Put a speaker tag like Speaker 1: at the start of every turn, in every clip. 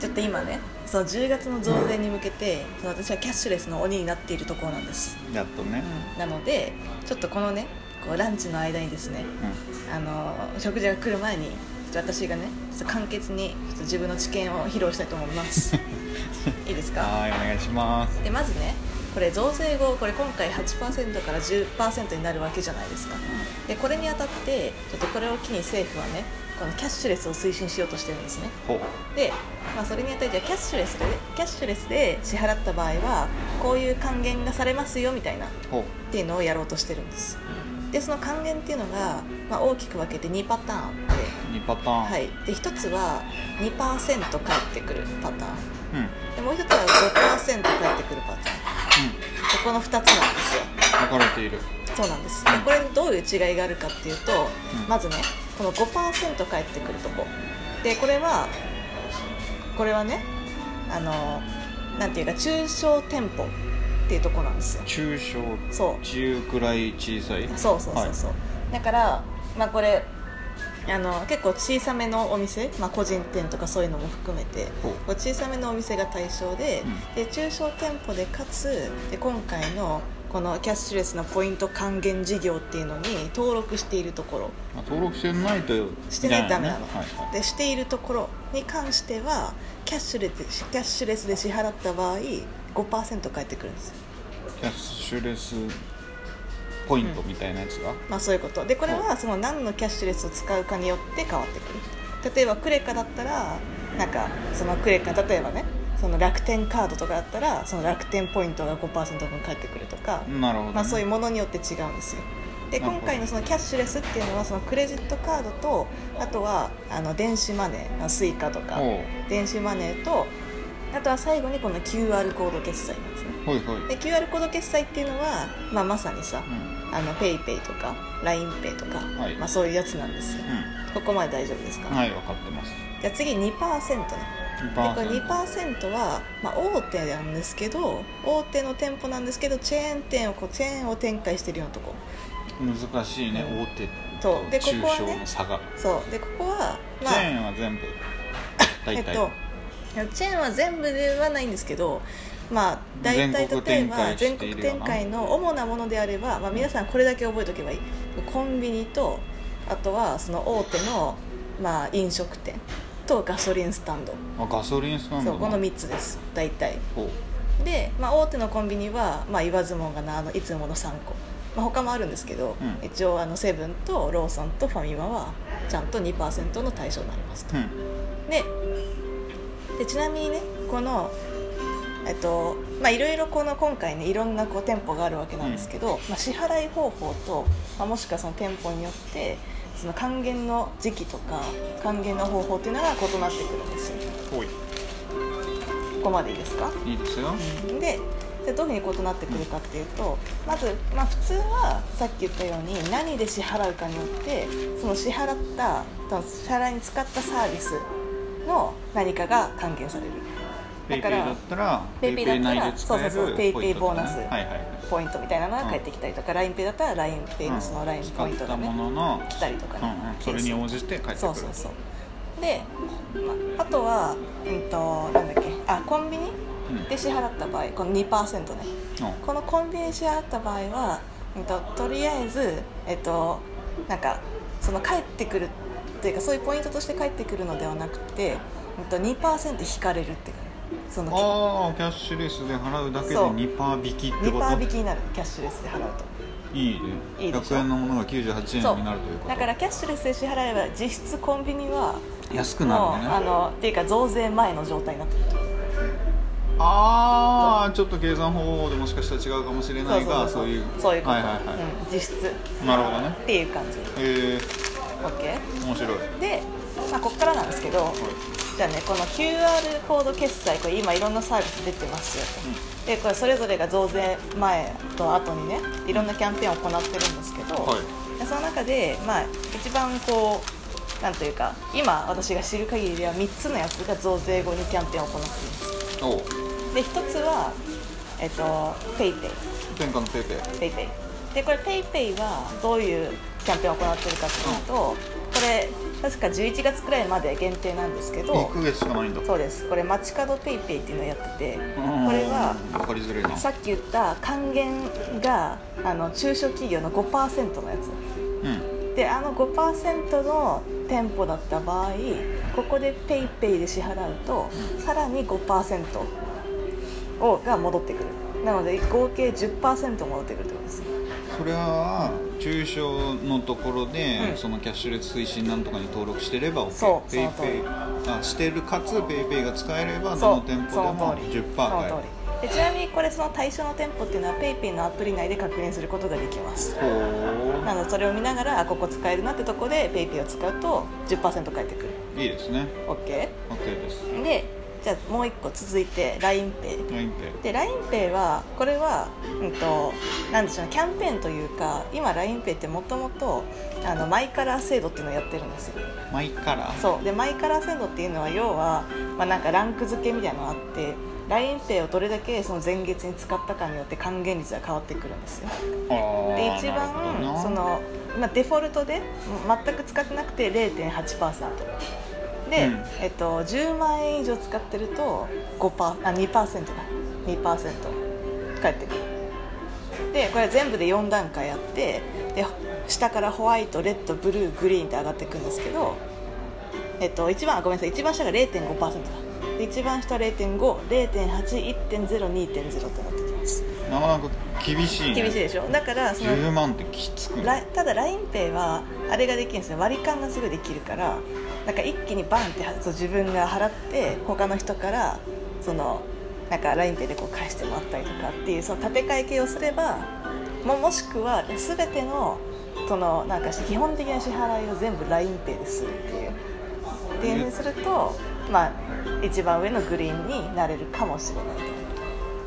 Speaker 1: ちょっと今ねその10月の増税に向けてその私はキャッシュレスの鬼になっているところなんです、
Speaker 2: やっとね
Speaker 1: うん、なのでちょっとこのねこうランチの間にですね
Speaker 2: う
Speaker 1: あの食事が来る前にちょっと私がねちょっと簡潔にちょっと自分の知見を披露したいと思いますいいです
Speaker 2: ん
Speaker 1: か
Speaker 2: はーいお願いします
Speaker 1: でまずねこれ増税後これ今回8%から10%になるわけじゃないですかでこれにあたってちょっとこれを機に政府はねこのキャッシュレスを推進しようとしてるんですね
Speaker 2: ほう
Speaker 1: で、まあ、それにあたってじゃあキャッシュレスでキャッシュレスで支払った場合はこういう還元がされますよみたいなっ
Speaker 2: ほう
Speaker 1: ていうのをやろうとしてるんですでその還元っていうのが、まあ、大きく分けて2パターンあって
Speaker 2: 2パターン
Speaker 1: はい、で1つは2%返ってくるパターン
Speaker 2: うんうん
Speaker 1: でもう1つは5%返ってくるパターンここの2つなんですよ
Speaker 2: 分かれている
Speaker 1: そうなんですでこれどういう違いがあるかっていうと、
Speaker 2: ん
Speaker 1: まずねこの5%返ってくるとこでこれはこれはねあのなんていうか中小店舗っていうとこなんですよ
Speaker 2: 中小
Speaker 1: そう
Speaker 2: 中くらい小さい
Speaker 1: そうそうそうそう、だからまあこれあの結構小さめのお店、まあ、個人店とかそういうのも含めて
Speaker 2: ほう
Speaker 1: こう小さめのお店が対象で,、
Speaker 2: うん
Speaker 1: で中小店舗でかつで今回のこのキャッシュレスのポイント還元事業っていうのに登録しているところ
Speaker 2: まあ、登録してないと
Speaker 1: してないとダメな
Speaker 2: み
Speaker 1: の
Speaker 2: たいねはいはい
Speaker 1: でしているところに関してはキャッシュレスキャッシュレスで支払った場合5%返ってくるんですよ
Speaker 2: キャッシュレスポイントみたいなやつが、
Speaker 1: まあ、そういうことでこれはその何のキャッシュレスを使うかによって変わってくる例えばクレカだったらなんかそのクレカ例えばねその楽天カードとかだったらその楽天ポイントが5%分返ってくるとか、
Speaker 2: なるほど、ね
Speaker 1: まあ、そういうものによって違うんですよで
Speaker 2: なるほど
Speaker 1: 今回のそのキャッシュレスっていうのはそのクレジットカードとあとはあの電子マネースイカとか
Speaker 2: ほう
Speaker 1: 電子マネーとあとは最後にこの QR コード決済なんですね
Speaker 2: ほいほい、うん
Speaker 1: で QR コード決済っていうのは、まあ、まさにさ、あのペイペイとか LINEPay とか、
Speaker 2: はい
Speaker 1: まあ、そういうやつなんですよ、ここまで大丈夫ですか、
Speaker 2: うん、はい分かってます
Speaker 1: じゃあ次2%ねでこれ
Speaker 2: 2%
Speaker 1: 2%は、まあ、大手なんですけど大手の店舗なんですけどチェーン店をこうチェーンを展開してるようなとこ
Speaker 2: 難しいね
Speaker 1: うんそう
Speaker 2: 大
Speaker 1: で
Speaker 2: 手と
Speaker 1: ここは
Speaker 2: 中
Speaker 1: ね
Speaker 2: 小の差が、
Speaker 1: そうでここはま
Speaker 2: チ
Speaker 1: あ
Speaker 2: ェーンは 全部
Speaker 1: え
Speaker 2: 大
Speaker 1: っ
Speaker 2: 体、
Speaker 1: とチェーンは全部ではないんですけどまあ大
Speaker 2: 全
Speaker 1: 体
Speaker 2: 国
Speaker 1: 例えば
Speaker 2: 展開し
Speaker 1: 全
Speaker 2: て
Speaker 1: 国
Speaker 2: いるよう
Speaker 1: 展
Speaker 2: な
Speaker 1: 開の主なものであれば、まあ、皆さんこれだけ覚えておけばいいコンビニとあとはその大手の、まあ、飲食店とガソリンスタンド
Speaker 2: あガソリンスタンド
Speaker 1: そうこの
Speaker 2: み
Speaker 1: 3つです大体
Speaker 2: ほう
Speaker 1: で、まあ、大手のコンビニは、まあ、言わずもがなあのいつもの3個、まあ、他もあるんですけど、
Speaker 2: うん
Speaker 1: 一応あのセブンとローソンとファミマはちゃんと2%の対象になりますと
Speaker 2: うん
Speaker 1: ででちなみにねこのえっとまあいろいろこの今回ねいろんなこう店舗があるわけなんですけど、まあ、支払い方法と、まあ、もしくはその店舗によってその還元の時期とか還元の方法っていうのが異なってくるんですよ
Speaker 2: ほ
Speaker 1: ここまでいいですか
Speaker 2: いいいですよ
Speaker 1: でじゃあどういうふうに異なってくるかっていうとまず、まあ、普通はさっき言ったように何で支払うかによってその支払ったその支払いに使ったサービスの何かが還元されるだ
Speaker 2: ペイ
Speaker 1: か
Speaker 2: ペイだ
Speaker 1: ら
Speaker 2: ったら
Speaker 1: ペイペイだったら
Speaker 2: 内で使える
Speaker 1: そうそうそうペイペイ
Speaker 2: ポイント
Speaker 1: ボーナス
Speaker 2: ねはいはいはい
Speaker 1: ポイントみたいなのが返ってきたりとか LINEPay だったら LINEPay のその LINE ポイントがね、
Speaker 2: うん使ったものの
Speaker 1: 来たりとかね
Speaker 2: うんうん、それに応じて返ってくる
Speaker 1: そうそうそうで、まあ、あとは、うん、となんだっけあコンビニ
Speaker 2: うん、うん
Speaker 1: で支払った場合この2%ねこのコンビニ支払った場合は、うんと、とりあえず、えっと、なんかその返ってくるというかそういうポイントとして返ってくるのではなくて、うん、と2%引かれるっていうかその
Speaker 2: ああキャッシュレスで払うだけで
Speaker 1: そう
Speaker 2: 2%引きってこと
Speaker 1: 2%引きになるキャッシュレスで払うと
Speaker 2: いいね
Speaker 1: いいでしょ
Speaker 2: 100円のものが98円になるということ
Speaker 1: だからキャッシュレスで支払えば実質コンビニは
Speaker 2: 安く
Speaker 1: もう
Speaker 2: なるね
Speaker 1: あのっていうか増税前の状態になってる
Speaker 2: ああちょっと計算方法でもしかしたら違うかもしれないがそういう
Speaker 1: そういうこと、
Speaker 2: はいはいはい、
Speaker 1: うん、実質っ
Speaker 2: なるほどね
Speaker 1: ていう感じ
Speaker 2: へえー、
Speaker 1: OK
Speaker 2: 面白いはい
Speaker 1: で、まあ、ここからなんですけど、じゃあねこの QR コード決済これ今いろんなサービス出てますよとでこれそれぞれが増税前と後にねいろんなキャンペーンを行ってるんですけど、
Speaker 2: はい
Speaker 1: でその中で、まあ、一番こうなんというか今私が知る限りでは3つのやつが増税後にキャンペーンを行っています
Speaker 2: おう
Speaker 1: で1つはえっと PayPay
Speaker 2: 天下のペイペイ
Speaker 1: ペイペイでこれペイペイはどういうキャンペーンを行ってるかっていうと、これ確か11月くらいまで限定なんですけど
Speaker 2: 1ヶ月しかないんだ
Speaker 1: そうですこれ街角ペイペイっていうのをやっててこ
Speaker 2: こ
Speaker 1: れは
Speaker 2: 分かりづらいな
Speaker 1: さっき言った還元があの中小企業の5%のやつ
Speaker 2: うん
Speaker 1: であの5%の店舗だった場合ここで PayPay ペイペイで支払うとさらに5%をが戻ってくるなので合計10%戻ってくるってことです
Speaker 2: それは中小のところで、
Speaker 1: うん
Speaker 2: そのキャッシュレス推進なんとかに登録してれば OK
Speaker 1: そう
Speaker 2: ペ
Speaker 1: そ
Speaker 2: イ
Speaker 1: の通
Speaker 2: ペイ
Speaker 1: り
Speaker 2: あしてるかつペイペイが使えればど
Speaker 1: そ
Speaker 2: の
Speaker 1: う
Speaker 2: 店舗
Speaker 1: そ
Speaker 2: で
Speaker 1: の
Speaker 2: も
Speaker 1: 通り
Speaker 2: 10%
Speaker 1: そ
Speaker 2: が
Speaker 1: の通りでちなみにこれその対象の店舗っていうのは PayPay ペイペイのアプリ内で確認することができます
Speaker 2: ほ
Speaker 1: なのでそれを見ながらあここ使えるなってとこで PayPay ペイペイを使うと10%返ってくる
Speaker 2: ういいですね
Speaker 1: OK
Speaker 2: OK です
Speaker 1: でじゃあもう一個続いて LINEPay
Speaker 2: ラインペイ
Speaker 1: で LINEPay はこれは、うん、となんでしょうねキャンペーンというか今 LINEPay ってもともとあのマイカラー制度っていうのをやってるんですよ
Speaker 2: マイカラー
Speaker 1: そうでマイカラー制度っていうのは要は、まあ、なんかランク付けみたいなのがあって LINEPay をどれだけその前月に使ったかによって還元率が変わってくるんですよ
Speaker 2: あー
Speaker 1: で一
Speaker 2: なるほど
Speaker 1: 番
Speaker 2: な
Speaker 1: その、まあ、デフォルトでうん全く使ってなくて0.8%で、
Speaker 2: うん
Speaker 1: えっと、10万円以上使ってると5パーあ2%だ2%返ってくるでこれ全部で4段階あってで下からホワイトレッドブルーグリーンって上がっていくんですけど、えっと、一番あごめんなさい一番下が0.5%だで一番下0.50.81.02.0ってなってきます
Speaker 2: なかなか厳しい、ね、
Speaker 1: 厳しいでしょだからその
Speaker 2: 10万ってきつくない
Speaker 1: ライただ LINEPay はあれができるんですよ割り勘がすぐできるからなんか一気にバンってそう自分が払って他の人からそのなんか LINEPay でこう返してもらったりとかっていうその立て替え系をすればももしくは全てのそのなんか基本的な支払いを全部 LINEPay でするっていうっていうふうにすると、まあ、一番上のグリーンになれるかもしれない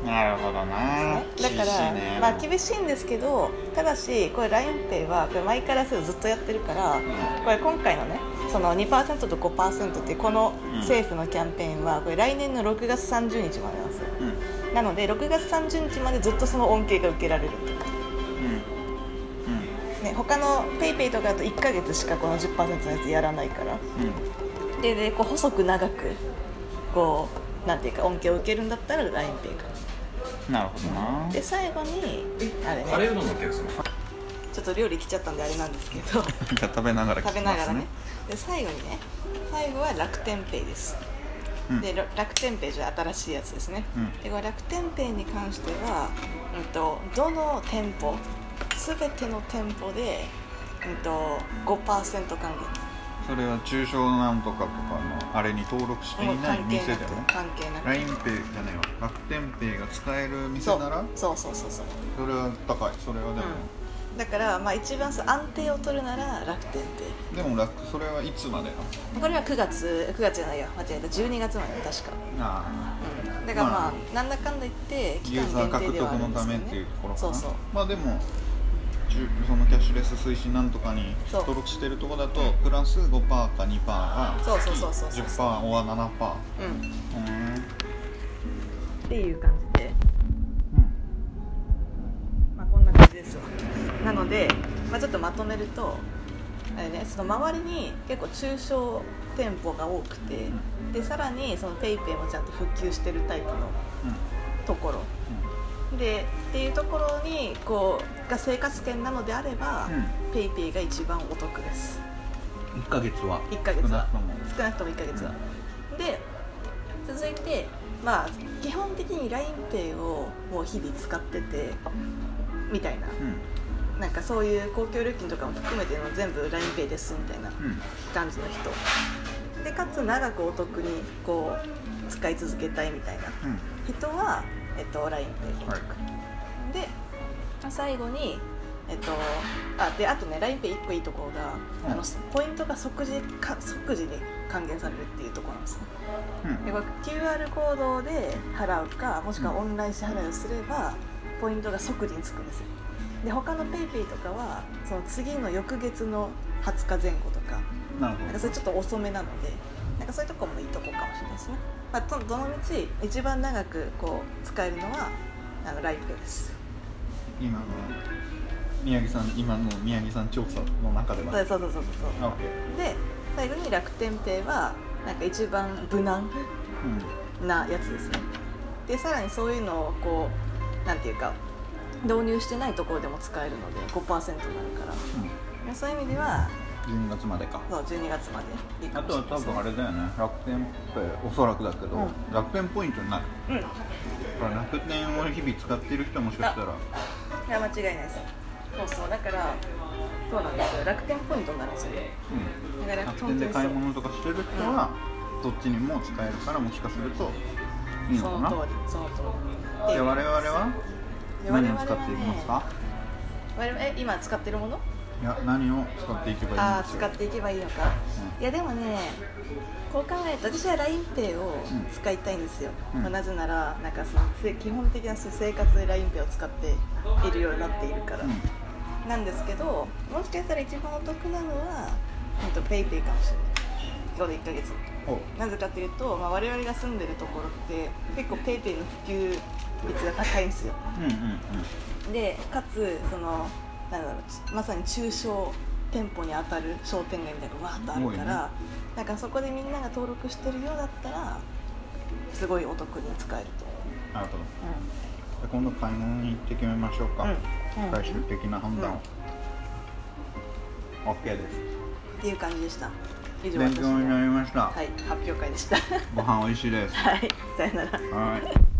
Speaker 1: と。
Speaker 2: なるほどな
Speaker 1: だか
Speaker 2: 厳し
Speaker 1: ら、
Speaker 2: いね
Speaker 1: まあ、厳しいんですけどただしこれ LINEPay はこれ前からずっとやってるからこれ今回のねその2%と5%っていうこの
Speaker 2: うん
Speaker 1: 政府のキャンペーンはこれ来年の6月30日までなんですよ
Speaker 2: うん
Speaker 1: なので6月30日までずっとその恩恵が受けられるっていうね他の PayPay とかだと1ヶ月しかこの10%のやつやらないから
Speaker 2: うんうんうん
Speaker 1: ででこう細く長くこうなんていうか恩恵を受けるんだったら LINEPay か
Speaker 2: なるほどな
Speaker 1: で最後にあれ
Speaker 3: カレー
Speaker 1: ね
Speaker 3: うどんのお客様
Speaker 1: ちょっと料理来ちゃったんであれなんですけど
Speaker 2: じゃあ食べながら聞
Speaker 1: 食べ
Speaker 2: き
Speaker 1: な
Speaker 2: ま
Speaker 1: が
Speaker 2: す
Speaker 1: らね
Speaker 2: ね
Speaker 1: で最後にね最後は楽天ペイです、
Speaker 2: うん
Speaker 1: でら楽天ペイじゃ新しいやつですね、
Speaker 2: うん
Speaker 1: でこれ楽天ペイに関しては、うん、とどの店舗全ての店舗で、うん、と5%還
Speaker 2: それは中小なんとかとかのあれに登録して
Speaker 1: 元もう
Speaker 2: いない
Speaker 1: 関係
Speaker 2: 店
Speaker 1: な
Speaker 2: だよね
Speaker 1: く関係なく
Speaker 2: LINEPay じゃないわ楽天ペイが使える
Speaker 1: そ
Speaker 2: 店
Speaker 1: う
Speaker 2: なら
Speaker 1: そうそうそうそう
Speaker 2: それは高いそれはでも、
Speaker 1: だから、まあ、一番そう安定を取るなら楽天ペイ
Speaker 2: でも楽それはいつまでなの
Speaker 1: これは9月9月じゃないよ間違えた12月まで確か
Speaker 2: あ
Speaker 1: だからまあ、な
Speaker 2: ま
Speaker 1: んだかんだ言って
Speaker 2: ユーザー獲得
Speaker 1: はある
Speaker 2: の
Speaker 1: んで
Speaker 2: た
Speaker 1: すけ
Speaker 2: め
Speaker 1: ど
Speaker 2: っ
Speaker 1: ね
Speaker 2: ていうところか
Speaker 1: そ
Speaker 2: な
Speaker 1: うそう
Speaker 2: まあでもじゅそのキャッシュレス推進なんとかに
Speaker 1: そう
Speaker 2: 登録してるとこだとプラス5%か2%は
Speaker 1: そうそうそうそうそう
Speaker 2: 10%は7%
Speaker 1: うん
Speaker 2: うーん
Speaker 1: っていう感じで、
Speaker 2: うん
Speaker 1: まあ、こんな感じですわなので、まあ、ちょっとまとめるとあれ、ね、その周りに結構中小店舗が多くてでさらにその PayPay もちゃんと普及してるタイプの
Speaker 2: うん
Speaker 1: ところでっていうところにこうが生活圏なのであれば
Speaker 2: うん
Speaker 1: PayPay が一番お得です
Speaker 2: 1ヶ月は
Speaker 1: 1ヶ月
Speaker 2: 少な
Speaker 1: は
Speaker 2: くとも
Speaker 1: 少なくとも1ヶ月はで続いてまあ基本的に LINEPay をもう日々使っててみたいな
Speaker 2: うん
Speaker 1: なんかそういう公共料金とかも含めての全部 LINEPay ですみたいな
Speaker 2: うん
Speaker 1: 感じの人でかつ長くお得にこう使い続けたいみたいな
Speaker 2: うん
Speaker 1: 人は、えっと、LINEPay
Speaker 2: はい
Speaker 1: で最後にえっとあであとね LINEPay1 個いいところが、
Speaker 2: うん
Speaker 1: あのポイントが即時か即時に還元されるっていうところなんですね
Speaker 2: うん
Speaker 1: でこれ QR コードで払うかもしくはオンライン支払いをすればポイントが即時につくんですよで他の PayPay とかはその次の翌月の20日前後とか
Speaker 2: なるほ
Speaker 1: なん
Speaker 2: ど
Speaker 1: かそれちょっと遅めなのでなんかそういうとこもいいとこかもしれないですね、まあ、どどのみち一番長くこう使えるのはあの LINEPay です
Speaker 2: 今の宮城さん今の宮城さん調査の中では
Speaker 1: そうそうそうそうそう
Speaker 2: あ OK
Speaker 1: で最後に楽天ペイはなんか一番無難
Speaker 2: うん
Speaker 1: なやつですねでさらにそういうのをこうなんていうか導入してないところでも使えるので5%になるからそういう意味では
Speaker 2: うん、12月までか
Speaker 1: そう12月までいいか
Speaker 2: あ
Speaker 1: も
Speaker 2: と
Speaker 1: し
Speaker 2: は
Speaker 1: れないです
Speaker 2: 多分あれだよね楽天ペイおそらくだけど、
Speaker 1: うん
Speaker 2: 楽天ポイントになる
Speaker 1: うんい
Speaker 2: これ楽天を日々使ってる人もしかしたら
Speaker 1: や間違いないですそうそうだからそうなんですよ楽天ポイントになるんですよ
Speaker 2: う
Speaker 1: だか
Speaker 2: ん、
Speaker 1: ら
Speaker 2: 楽
Speaker 1: 本当
Speaker 2: 天で
Speaker 1: に
Speaker 2: 買い
Speaker 1: そ
Speaker 2: 物とかしてる人はどっちにも使えるからもしかするといいうの
Speaker 1: そ
Speaker 2: か
Speaker 1: の
Speaker 2: な
Speaker 1: 通りその通り
Speaker 2: で我々は
Speaker 1: で
Speaker 2: 何を
Speaker 1: 我
Speaker 2: 使
Speaker 1: 々は
Speaker 2: っていきますか
Speaker 1: 我々え今使ってるもの
Speaker 2: いや何を使っていけばいい
Speaker 1: ああ
Speaker 2: んです
Speaker 1: 使
Speaker 2: か
Speaker 1: っていけばいいのかいやでもねこう考えると私は LINEPay を
Speaker 2: うん
Speaker 1: 使いたいんですよ、
Speaker 2: うん
Speaker 1: まあなぜならなんかそのせ基本的なそういう生活で LINEPay を使っているようになっているから、
Speaker 2: うんうん
Speaker 1: なんですけどもしかしたら一番お得なのは PayPay かもしれないこの1ヶ月
Speaker 2: お
Speaker 1: なぜかというと、まあ、我々が住んでるところって結構 PayPay の普及率が高いんですよ
Speaker 2: うんうんうん
Speaker 1: でかつそのなんだろうちまさに中小店舗に当たる商店街みたいなのがわーっとあるから、なんかそこでみんなが登録してるようだったらすごいお得に使えると
Speaker 2: なるほどで今度買い物に行って決めましょうか、
Speaker 1: うん
Speaker 2: 最終的な判断を、OK です
Speaker 1: っていう感じでした以上
Speaker 2: 勉
Speaker 1: 私
Speaker 2: 強にな
Speaker 1: の、
Speaker 2: りました、
Speaker 1: はい、発表会でした
Speaker 2: ご飯美味しいです
Speaker 1: はいさよなら
Speaker 2: はい